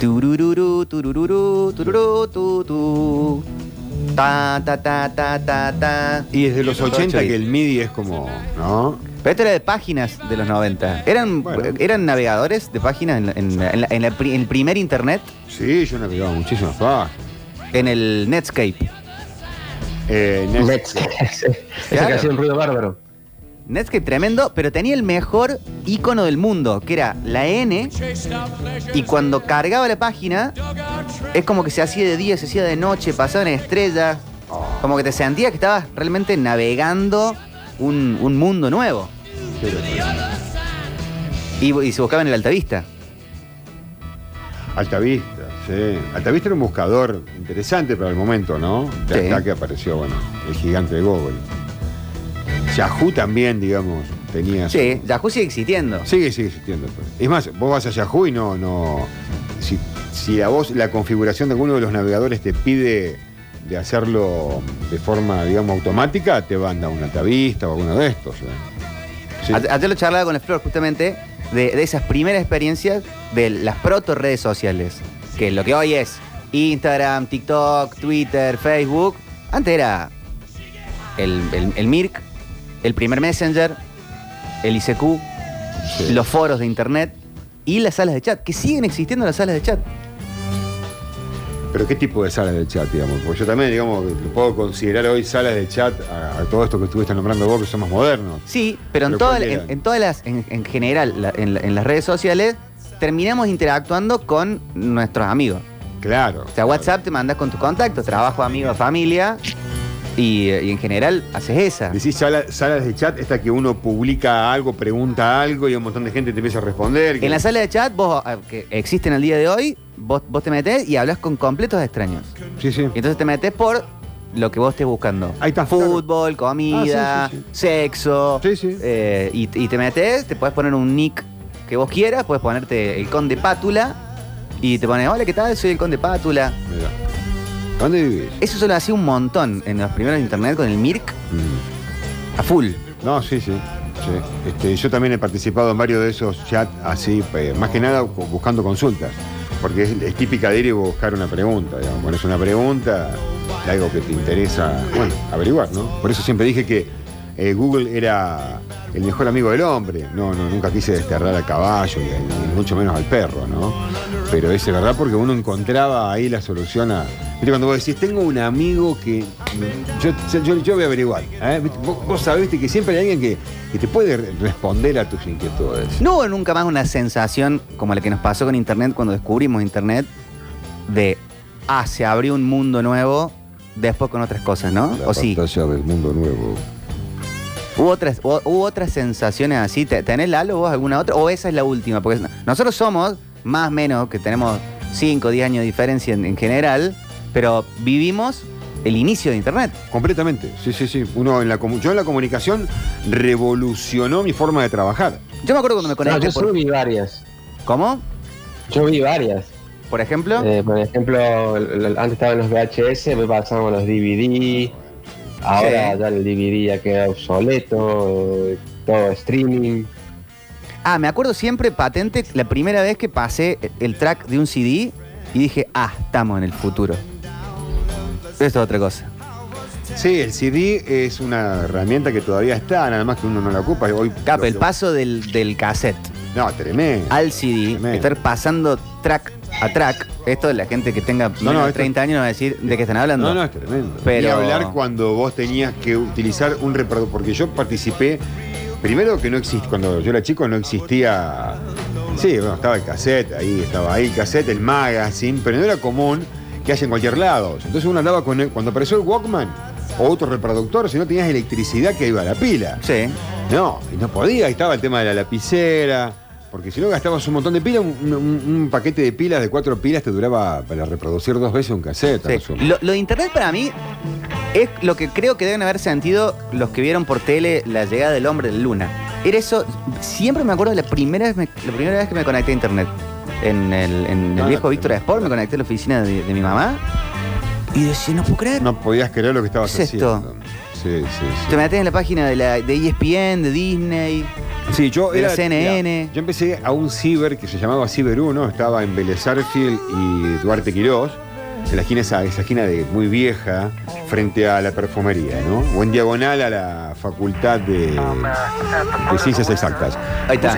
D: Turururu, turururu, tururú, tu, tu. Ta, ta, ta, ta, ta, ta.
C: Y desde los 80
D: Chori.
C: que el MIDI es como, ¿no?
D: Pero esto era de páginas de los 90. ¿Eran,
C: Bueno.
D: eran navegadores de páginas en, la- en la- en la- en la pri- en el primer internet?
C: Sí, yo navegaba muchísimas páginas.
D: en el Netscape.
C: Eh, Nets-
E: Netscape. Eso que
D: Claro.
E: hacía un ruido bárbaro.
D: Netscape tremendo, pero tenía el mejor icono del mundo, que era la N. Y cuando cargaba la página, es como que se hacía de día, se hacía de noche, pasaban estrellas. Como que te sentías que estabas realmente navegando un, un mundo nuevo. Y, y se buscaba en el altavista.
C: Altavista, sí. Altavista era un buscador interesante para el momento, ¿no? De
D: Sí.
C: acá que apareció, bueno, el gigante de Google. Yahoo también, digamos, tenía.
D: Sí, Yahoo sigue existiendo.
C: Sigue, sigue existiendo. pues. Es más, vos vas a Yahoo y no, no. Si, si a vos la configuración de alguno de los navegadores te pide de hacerlo de forma, digamos, automática, te van a una altavista o alguno de estos. ¿eh? Sí.
D: A- Ayer lo charlaba con la Flor justamente de, de esas primeras experiencias de las proto redes sociales. Que lo que hoy es Instagram, TikTok, Twitter, Facebook. Antes era el, el, el Mirk, el primer Messenger, el ICQ,
C: Sí.
D: los foros de internet y las salas de chat. Que siguen existiendo las salas de chat.
C: Pero ¿qué tipo de salas de chat, digamos? Porque yo también, digamos, lo puedo considerar hoy salas de chat a, a todo esto que estuviste nombrando vos, que son más modernos.
D: Sí, pero, en,
C: Pero
D: toda-
C: ¿cuál
D: en,
C: era?
D: en todas las, en, en general, la- en la- en las redes sociales, terminamos interactuando con nuestros amigos.
C: Claro.
D: O sea, WhatsApp te mandas con tus contactos, trabajo, amigo, familia. Y, eh, y en general haces esa.
C: Decís sala- salas de chat, esta que uno publica algo, pregunta algo y un montón de gente te empieza a responder.
D: En la sala de chat, vos, eh, que existen al día de hoy, vos, vos te metés y hablas con completos extraños.
C: Sí, sí.
D: Y entonces te metes por lo que vos estés buscando.
C: Ahí está, claro.
D: Fútbol, comida,
C: Ah, sí, sí,
D: sexo.
C: Sí, sí.
D: eh, y, y te metes, te puedes poner un nick que vos quieras, puedes ponerte el conde pátula. Y te pones, hola, ¿qué tal? Soy el conde pátula.
C: Mirá. ¿Dónde vivís?
D: Eso solo hacía un montón en los primeros internet con el Mirk
C: Mm.
D: a full.
C: No, sí, sí. sí. Este, yo también he participado en varios de esos chats así, eh, más que nada bu- buscando consultas. Porque es, es típica de ir y buscar una pregunta, digamos. Pones una pregunta, de algo que te interesa, bueno, averiguar, ¿no? Por eso siempre dije que eh, Google era el mejor amigo del hombre. No, no, nunca quise desterrar al caballo y, y mucho menos al perro, ¿no? Pero es verdad porque uno encontraba ahí la solución a. Viste, cuando vos decís, tengo un amigo que. Yo, yo, yo voy a averiguar. ¿eh? Viste, Vos, vos sabés viste, que siempre hay alguien que, que te puede re- responder a tus inquietudes.
D: No hubo nunca más una sensación como la que nos pasó con Internet cuando descubrimos Internet de, ah, se abrió un mundo nuevo, después con otras cosas, ¿no?
C: La
D: O sí,
C: pantalla del mundo nuevo.
D: hubo otras, hubo, hubo otras sensaciones así. ¿Te- ¿Tenés Lalo vos alguna otra? ¿O esa es la última? Porque nosotros somos, más o menos, que tenemos 5 o 10 años de diferencia en, en general, pero vivimos el inicio de Internet.
C: Completamente. Sí, sí, sí. Uno en la, comu- yo en la comunicación revolucionó mi forma de trabajar.
D: Yo me acuerdo cuando me
E: No,
D: conecté
E: yo
D: este por-
E: sí vi varias.
D: ¿Cómo?
E: Yo vi varias.
D: Por ejemplo.
E: Eh, por ejemplo, el- el- antes estaban los VHS, me pasaban los DVD. Ahora
D: Sí.
E: ya el DVD ya queda obsoleto, eh, todo streaming.
D: Ah, me acuerdo siempre patente la primera vez que pasé el track de un CD y dije, ah, estamos en el futuro. Esto es otra cosa.
C: Sí, el CD es una herramienta que todavía está, nada más que uno no la ocupa. Hoy,
D: Capo, el
C: lo-
D: paso del, del cassette
C: No, tremendo.
D: al CD,
C: Tremendo.
D: estar pasando track a track, esto de la gente que tenga menos
C: no,
D: de
C: esto-
D: 30 años nos va a decir de qué están hablando.
C: No, no, es tremendo.
D: Pero-
C: Y hablar cuando vos tenías que utilizar un reproductor. Porque yo participé. Primero que no existía. Cuando yo era chico no existía. Sí, bueno, estaba el cassette, ahí estaba ahí el cassette, el magazine, pero no era común que haya en cualquier lado. Entonces uno andaba con el- cuando apareció el Walkman o otro reproductor, si no tenías electricidad que iba a la pila.
D: Sí.
C: No, y no podía, ahí estaba el tema de la lapicera, porque si no gastabas un montón de pilas, un, un- un paquete de pilas de cuatro pilas te duraba para reproducir dos veces un cassette. a
D: Sí.
C: lo sumo.
D: Lo, lo de internet para mí es lo que creo que deben haber sentido los que vieron por tele la llegada del hombre de la luna. Era eso, siempre me acuerdo de la primera vez, me- la primera vez que me conecté a internet. En el, en el
C: No, no,
D: viejo
C: Ah, no,
D: Víctor
C: no.
D: Sport me conecté a la oficina de, de mi mamá y decía, no puedo creer.
C: No podías creer lo que estabas
D: ¿Qué es esto?
C: haciendo. Sí, sí,
D: Te metes en la página de, la, de E ESPN, de Disney.
C: sí. Sí, yo
D: de la
C: era-
D: CNN.
C: mirá, yo empecé a un ciber que se llamaba Ciber 1, estaba en Belezarsfield y Duarte Quirós. en la esquina esa, esa esquina de muy vieja, frente a la perfumería, ¿no? O en diagonal a la facultad de, de ciencias exactas.
D: Ahí está.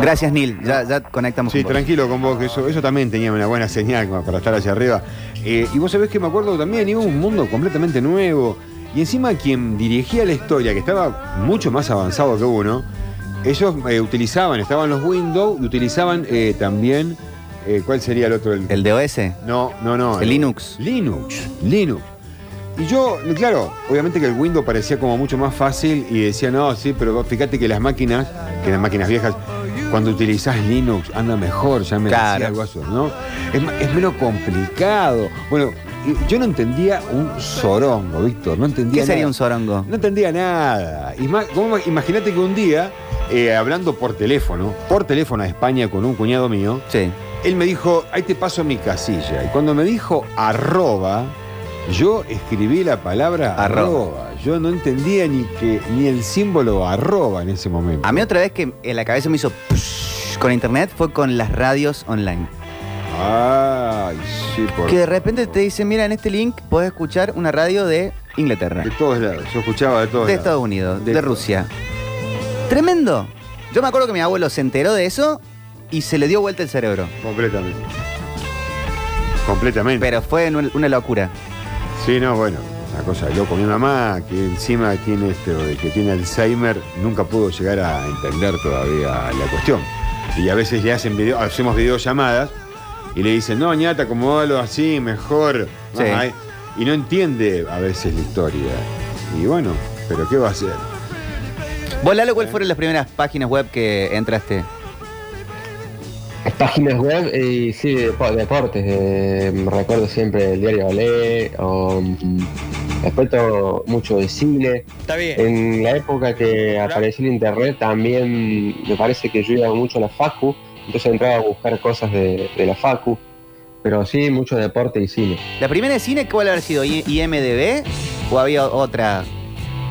D: Gracias, Neil. Ya, ya conectamos
C: Sí,
D: con vos.
C: tranquilo con vos, que eso, eso también tenía una buena señal como para estar hacia arriba. Eh, y vos sabés que me acuerdo también, iba a un mundo completamente nuevo. Y encima quien dirigía la historia, que estaba mucho más avanzado que uno, ellos eh, utilizaban, estaban los Windows y utilizaban eh, también, eh, ¿cuál sería el otro? El-
D: ¿El DOS?
C: no, no, no.
D: El Linux.
C: Linux, Linux. Y yo, claro, obviamente que el Windows parecía como mucho más fácil y decía, no, sí, pero fíjate que las máquinas, que las máquinas viejas, cuando utilizás Linux anda mejor, ya me
D: Claro.
C: decía el guaso, ¿no? Es, ma- es menos complicado. Bueno, y- yo no entendía un sorongo, Víctor, no entendía
D: ¿Qué sería
C: nada.
D: un sorongo?
C: No entendía nada. Ima- ¿cómo ma- Imagínate que un día, eh, hablando por teléfono, por teléfono a España con un cuñado mío,
D: Sí.
C: él me dijo, ahí te paso mi casilla. Y cuando me dijo arroba, yo escribí la palabra
D: Arroba.
C: arroba. Yo no entendía ni que ni el símbolo arroba en ese momento.
D: A mí otra vez que en la cabeza me hizo psh con internet fue con las radios online.
C: Ay, sí, por
D: Que de repente te dicen, mira, en este link podés escuchar una radio de Inglaterra,
C: De todos lados. Yo escuchaba de todos
D: de
C: lados.
D: Estados Unidos, de,
C: De-
D: Rusia. Tremendo. Yo me acuerdo que mi abuelo se enteró de eso y se le dio vuelta el cerebro.
C: Completamente. Completamente.
D: Pero fue en- una locura.
C: Sí, no, bueno, una cosa de loco. Mi mamá, que encima tiene este, que tiene Alzheimer, nunca pudo llegar a entender todavía la cuestión. Y a veces le hacen video, hacemos videollamadas y le dicen, no, ñata, acomodalo así, mejor.
D: Sí.
C: Ay, Y no entiende a veces la historia. Y bueno, pero ¿qué va a hacer?
D: Vos, Lalo, ¿cuáles fueron las primeras páginas web que entraste?
E: Páginas web, y sí, depo- deportes. eh, recuerdo siempre el diario Olé, o, mm, después todo- mucho de cine.
I: Está bien.
E: En la época que apareció el internet también me parece que yo iba mucho a la facu, entonces entraba a buscar cosas de, de la facu, pero sí mucho deporte y cine.
D: ¿La primera de cine cuál habrá sido? ¿I- ¿IMDB? ¿O había otra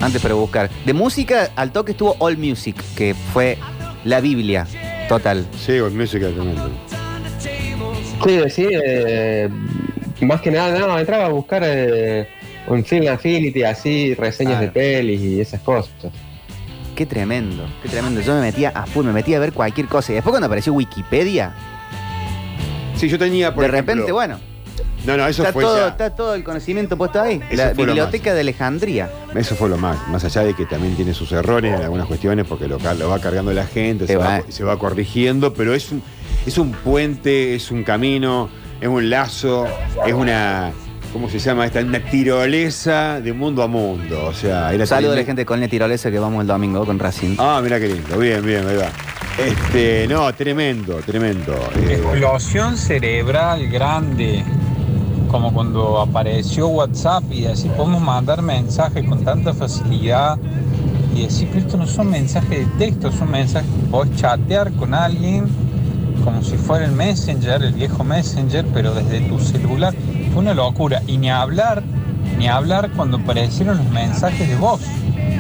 D: antes para buscar? De música, al toque estuvo All Music, que fue la Biblia total.
C: Sí, o música también.
E: Sí, sí, eh, más que nada no, entraba a buscar eh, un film affinity, así reseñas
D: Claro.
E: de pelis y esas cosas.
D: Qué tremendo, qué tremendo. Yo me metía a full, me metía a ver cualquier cosa. Y después cuando apareció Wikipedia,
C: Sí, yo tenía, por
D: de repente,
C: ejemplo-
D: bueno,
C: No, no, eso
D: está
C: fue
D: todo,
C: ya-
D: está todo el conocimiento puesto ahí.
C: Eso
D: la
C: fue lo
D: Biblioteca de Alejandría.
C: Eso fue lo más, más allá de que también tiene sus errores en algunas cuestiones, porque lo, car- lo va cargando la gente,
D: Te
C: se va,
D: va.
C: se va corrigiendo, pero es un, es un puente, es un camino, es un lazo, es una, ¿cómo se llama esta? Una tirolesa de mundo a mundo. O sea, era
D: Saludo a la
C: tremendo.
D: gente de Colonia Tirolesa que vamos el domingo con Racing.
C: Ah, mira qué lindo, bien, bien, ahí va. Este, no, tremendo, tremendo. Eh,
H: Explosión cerebral grande, como cuando apareció WhatsApp y así podemos mandar mensajes con tanta facilidad y decir que esto no son mensajes de texto, son mensajes que podés chatear con alguien como si fuera el Messenger, el viejo Messenger, pero desde tu celular. Fue una locura. Y ni hablar, ni hablar cuando aparecieron los mensajes de voz.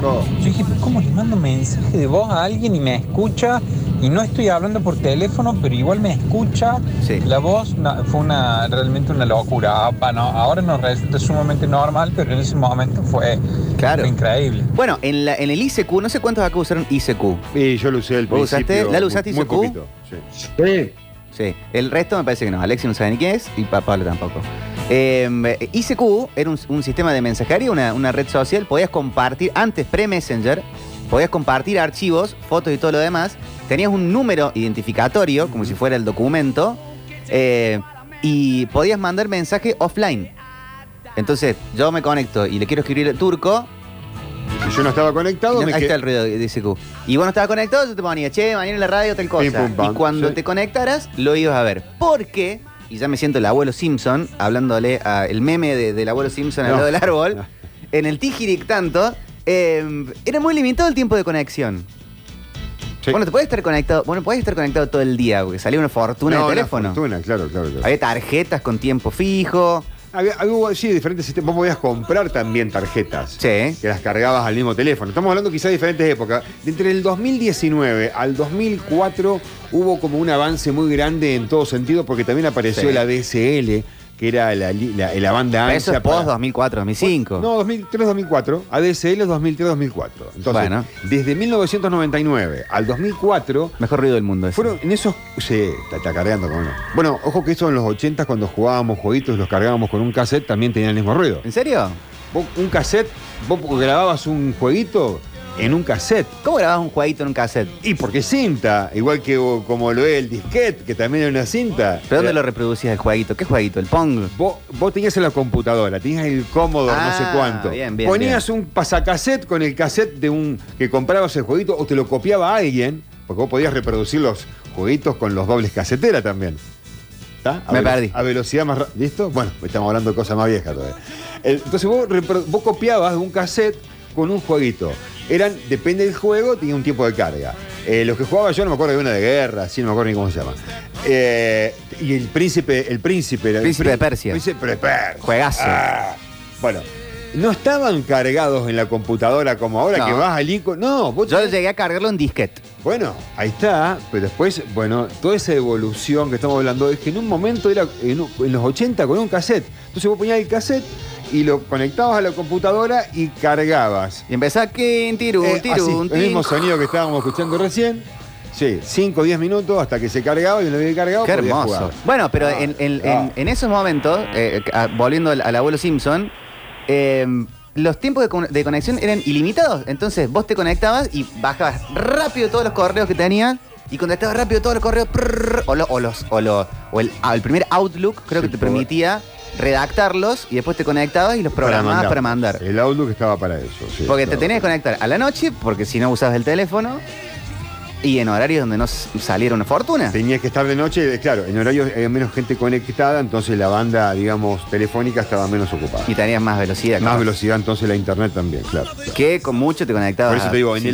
C: no,
H: Yo dije, "¿Pero ¿cómo le mando mensaje de voz a alguien y me escucha? Y no estoy hablando por teléfono, pero igual me escucha.
D: Sí.
H: La voz na- fue una, realmente una locura. Apa, no, ahora nos resulta sumamente normal, pero en ese momento fue,
D: Claro.
H: fue increíble.
D: Bueno, en, la- en el ICQ, no sé cuántos acá usaron ICQ.
C: y yo lo usé al
D: ¿Vos usaste?
C: principio.
D: ¿La lo usaste y
C: muy,
D: sacó?
C: poquito. sí.
E: Sí,
D: Sí, el resto me parece que no. Alexi no sabe ni quién es y pa- Pablo tampoco. Eh, ICQ era un, un sistema de mensajería, una, una red social. Podías compartir, antes pre-Messenger, podías compartir archivos, fotos y todo lo demás. Tenías un número identificatorio, como si fuera el documento, eh, y podías mandar mensaje offline. Entonces, yo me conecto y le quiero escribir el turco.
C: Si yo no estaba conectado,
D: y
C: me
D: ahí está
C: quedé-
D: el ruido de ICQ. Y vos no estabas conectado, yo te ponía, che, mañana en la radio tal cosa.
C: Pim, pum, pam.
D: y cuando
C: Sí.
D: te conectaras, lo ibas a ver. Porque, y ya me siento el abuelo Simpson, hablándole a el meme de- del abuelo Simpson al
C: No.
D: lado del árbol,
C: No.
D: en el Tijiric tanto, eh, era muy limitado el tiempo de conexión.
C: Sí.
D: Bueno, te podés estar conectado, bueno, podés estar conectado todo el día, porque salía una fortuna
C: No,
D: de
C: una
D: teléfono.
C: fortuna, claro, claro, claro.
D: Había tarjetas con tiempo fijo.
C: Había, había- hubo, sí, diferentes sistemas. Vos podías comprar también tarjetas.
D: Sí.
C: Que las cargabas al mismo teléfono. Estamos hablando quizás de diferentes épocas. De entre el 2019 al 2004 hubo como un avance muy grande en todo sentido porque también apareció
D: Sí.
C: la DSL, que era la, li- la- la banda ancha.
D: Eso es
C: para-
D: post 2004, 2005.
C: No, 2003-2004. ADSL es 2003-2004. Entonces,
D: Bueno.
C: desde 1999 al 2004,
D: Mejor ruido del mundo ese.
C: fueron en esos. Sí, está, está cargando con uno. Bueno, ojo que eso en los 80 cuando jugábamos jueguitos y los cargábamos con un cassette también tenía el mismo ruido.
D: ¿En serio?
C: Vos, un cassette, vos grababas un jueguito en un cassette.
D: ¿Cómo grababas un jueguito en un cassette?
C: Y porque cinta, igual que o, como lo es el disquete, que también era una cinta. Eh,
D: ¿Pero dónde lo reproducías el jueguito? ¿Qué jueguito? ¿El Pong?
C: Vos, vos tenías en la computadora, tenías el cómodo,
D: Ah,
C: no sé cuánto.
D: bien, bien,
C: Ponías un pasacassette con el cassette de un que comprabas el jueguito o te lo copiaba alguien, porque vos podías reproducir los jueguitos con los dobles casetera también. ¿Está? A
D: Me
C: velo-
D: perdí.
C: A velocidad más ra- ¿Listo? Bueno, estamos hablando de cosas más viejas todavía. El- Eh, Entonces vos, repro- vos copiabas de un cassette con un jueguito. Eran, depende del juego, tenía un tiempo de carga. Eh, los que jugaba yo no me acuerdo de una de guerra, sí, no me acuerdo ni cómo se llama. Eh, y el príncipe, el príncipe, era-
D: Príncipe de Persia.
C: Príncipe de Persia.
D: Juegazo.
C: Ah, bueno, no estaban cargados en la computadora como ahora
D: No.
C: que vas al icono. No, vos
D: Yo
C: tenés-
D: llegué a cargarlo en disquete.
C: bueno, ahí está, pero después, bueno, toda esa evolución que estamos hablando es que en un momento era en, un- en los 80 con un cassette. Entonces vos ponías el cassette y lo conectabas a la computadora y cargabas.
D: Y empezaba que tiru,
C: Eh,
D: tiru,
C: así,
D: un
C: el mismo
D: tin.
C: sonido que estábamos escuchando recién. Sí, 5 o 10 minutos hasta que se cargaba y una vez que cargado
D: Qué
C: podías
D: hermoso.
C: jugar.
D: Bueno, pero
C: Ah,
D: en, en-
C: ah.
D: en- en esos momentos, eh, a- volviendo al, al abuelo Simpson, eh, los tiempos de, con- de conexión eran ilimitados. Entonces vos te conectabas y bajabas rápido todos los correos que tenías y contestabas rápido todos los correos. prrr, o, lo- o los, o, lo- o el, ah, el primer Outlook creo
C: Sí,
D: que te
C: pobre.
D: permitía redactarlos y después te conectabas y los programabas para mandar.
C: El Outlook estaba para eso. sí,
D: Porque te
C: estaba.
D: tenías que conectar a la noche, porque si no usabas el teléfono, y en horarios donde no s- saliera una fortuna.
C: Tenías que estar de noche, eh, claro, en horario había menos gente conectada, entonces la banda, digamos, telefónica estaba menos ocupada.
D: Y tenías más velocidad.
C: Más
D: capaz.
C: velocidad entonces la internet también, claro.
D: Que con mucho te conectabas.
C: Por eso te digo, en el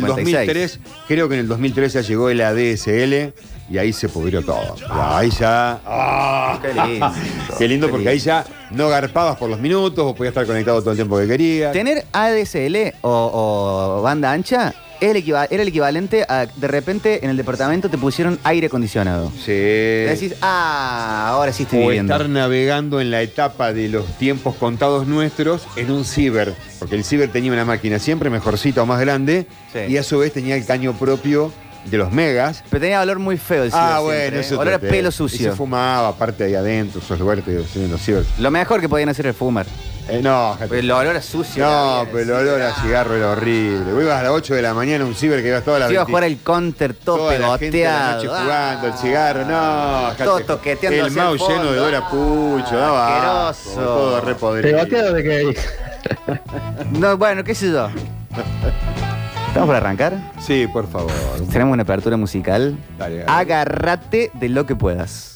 C: 2003,
D: 2003.
C: creo que en el 2003 ya llegó el ADSL y ahí se pudrió todo. Ahí ya... ¡Ah!
D: Qué lindo.
C: Qué lindo
D: Qué
C: porque ahí ya no garpabas por los minutos o podías estar conectado todo el tiempo que querías.
D: Tener ADSL o, o banda ancha es el equiva- era el equivalente a de repente en el departamento te pusieron aire acondicionado.
C: Sí.
D: Y decís, ah, ahora sí estoy
C: o
D: viviendo.
C: estar navegando en la etapa de los tiempos contados nuestros en un ciber, porque el ciber tenía una máquina siempre mejorcita o más grande
D: Sí.
C: y a su vez tenía el caño propio de los megas.
D: Pero tenía olor muy feo el ciber
C: Ah,
D: siempre,
C: bueno,
D: ¿eh?
C: eso
D: Olor a
C: traté.
D: pelo
C: Y se
D: sucio.
C: fumaba aparte ahí adentro, esos lugares que tienen los ciber.
D: Lo mejor que podían hacer el fumar.
C: Eh, no, gente.
D: Pero el olor a sucio.
C: no,
D: era
C: pero el
D: bien,
C: olor
D: Pues sí,
C: a cigarro era horrible. Vos ibas a las 8 de la mañana a un ciber que ibas toda la
D: Yo iba a
C: 20
D: jugar el counter todo
C: toda la gente a la
D: pegoteado.
C: noche
D: ah,
C: jugando, el cigarro, no. dejate-
D: Todo Ah. toqueteando
C: El
D: hacia
C: mouse
D: el fondo,
C: lleno de olor a pucho, daba
D: ah,
C: asco,
D: asqueroso.
C: Todo repodrido.
E: Pegoteo de que.
D: No, bueno, qué sé yo. ¿Estamos para arrancar?
C: Sí, por favor.
D: Tenemos una apertura musical.
C: Dale, dale.
D: Agárrate de lo que puedas.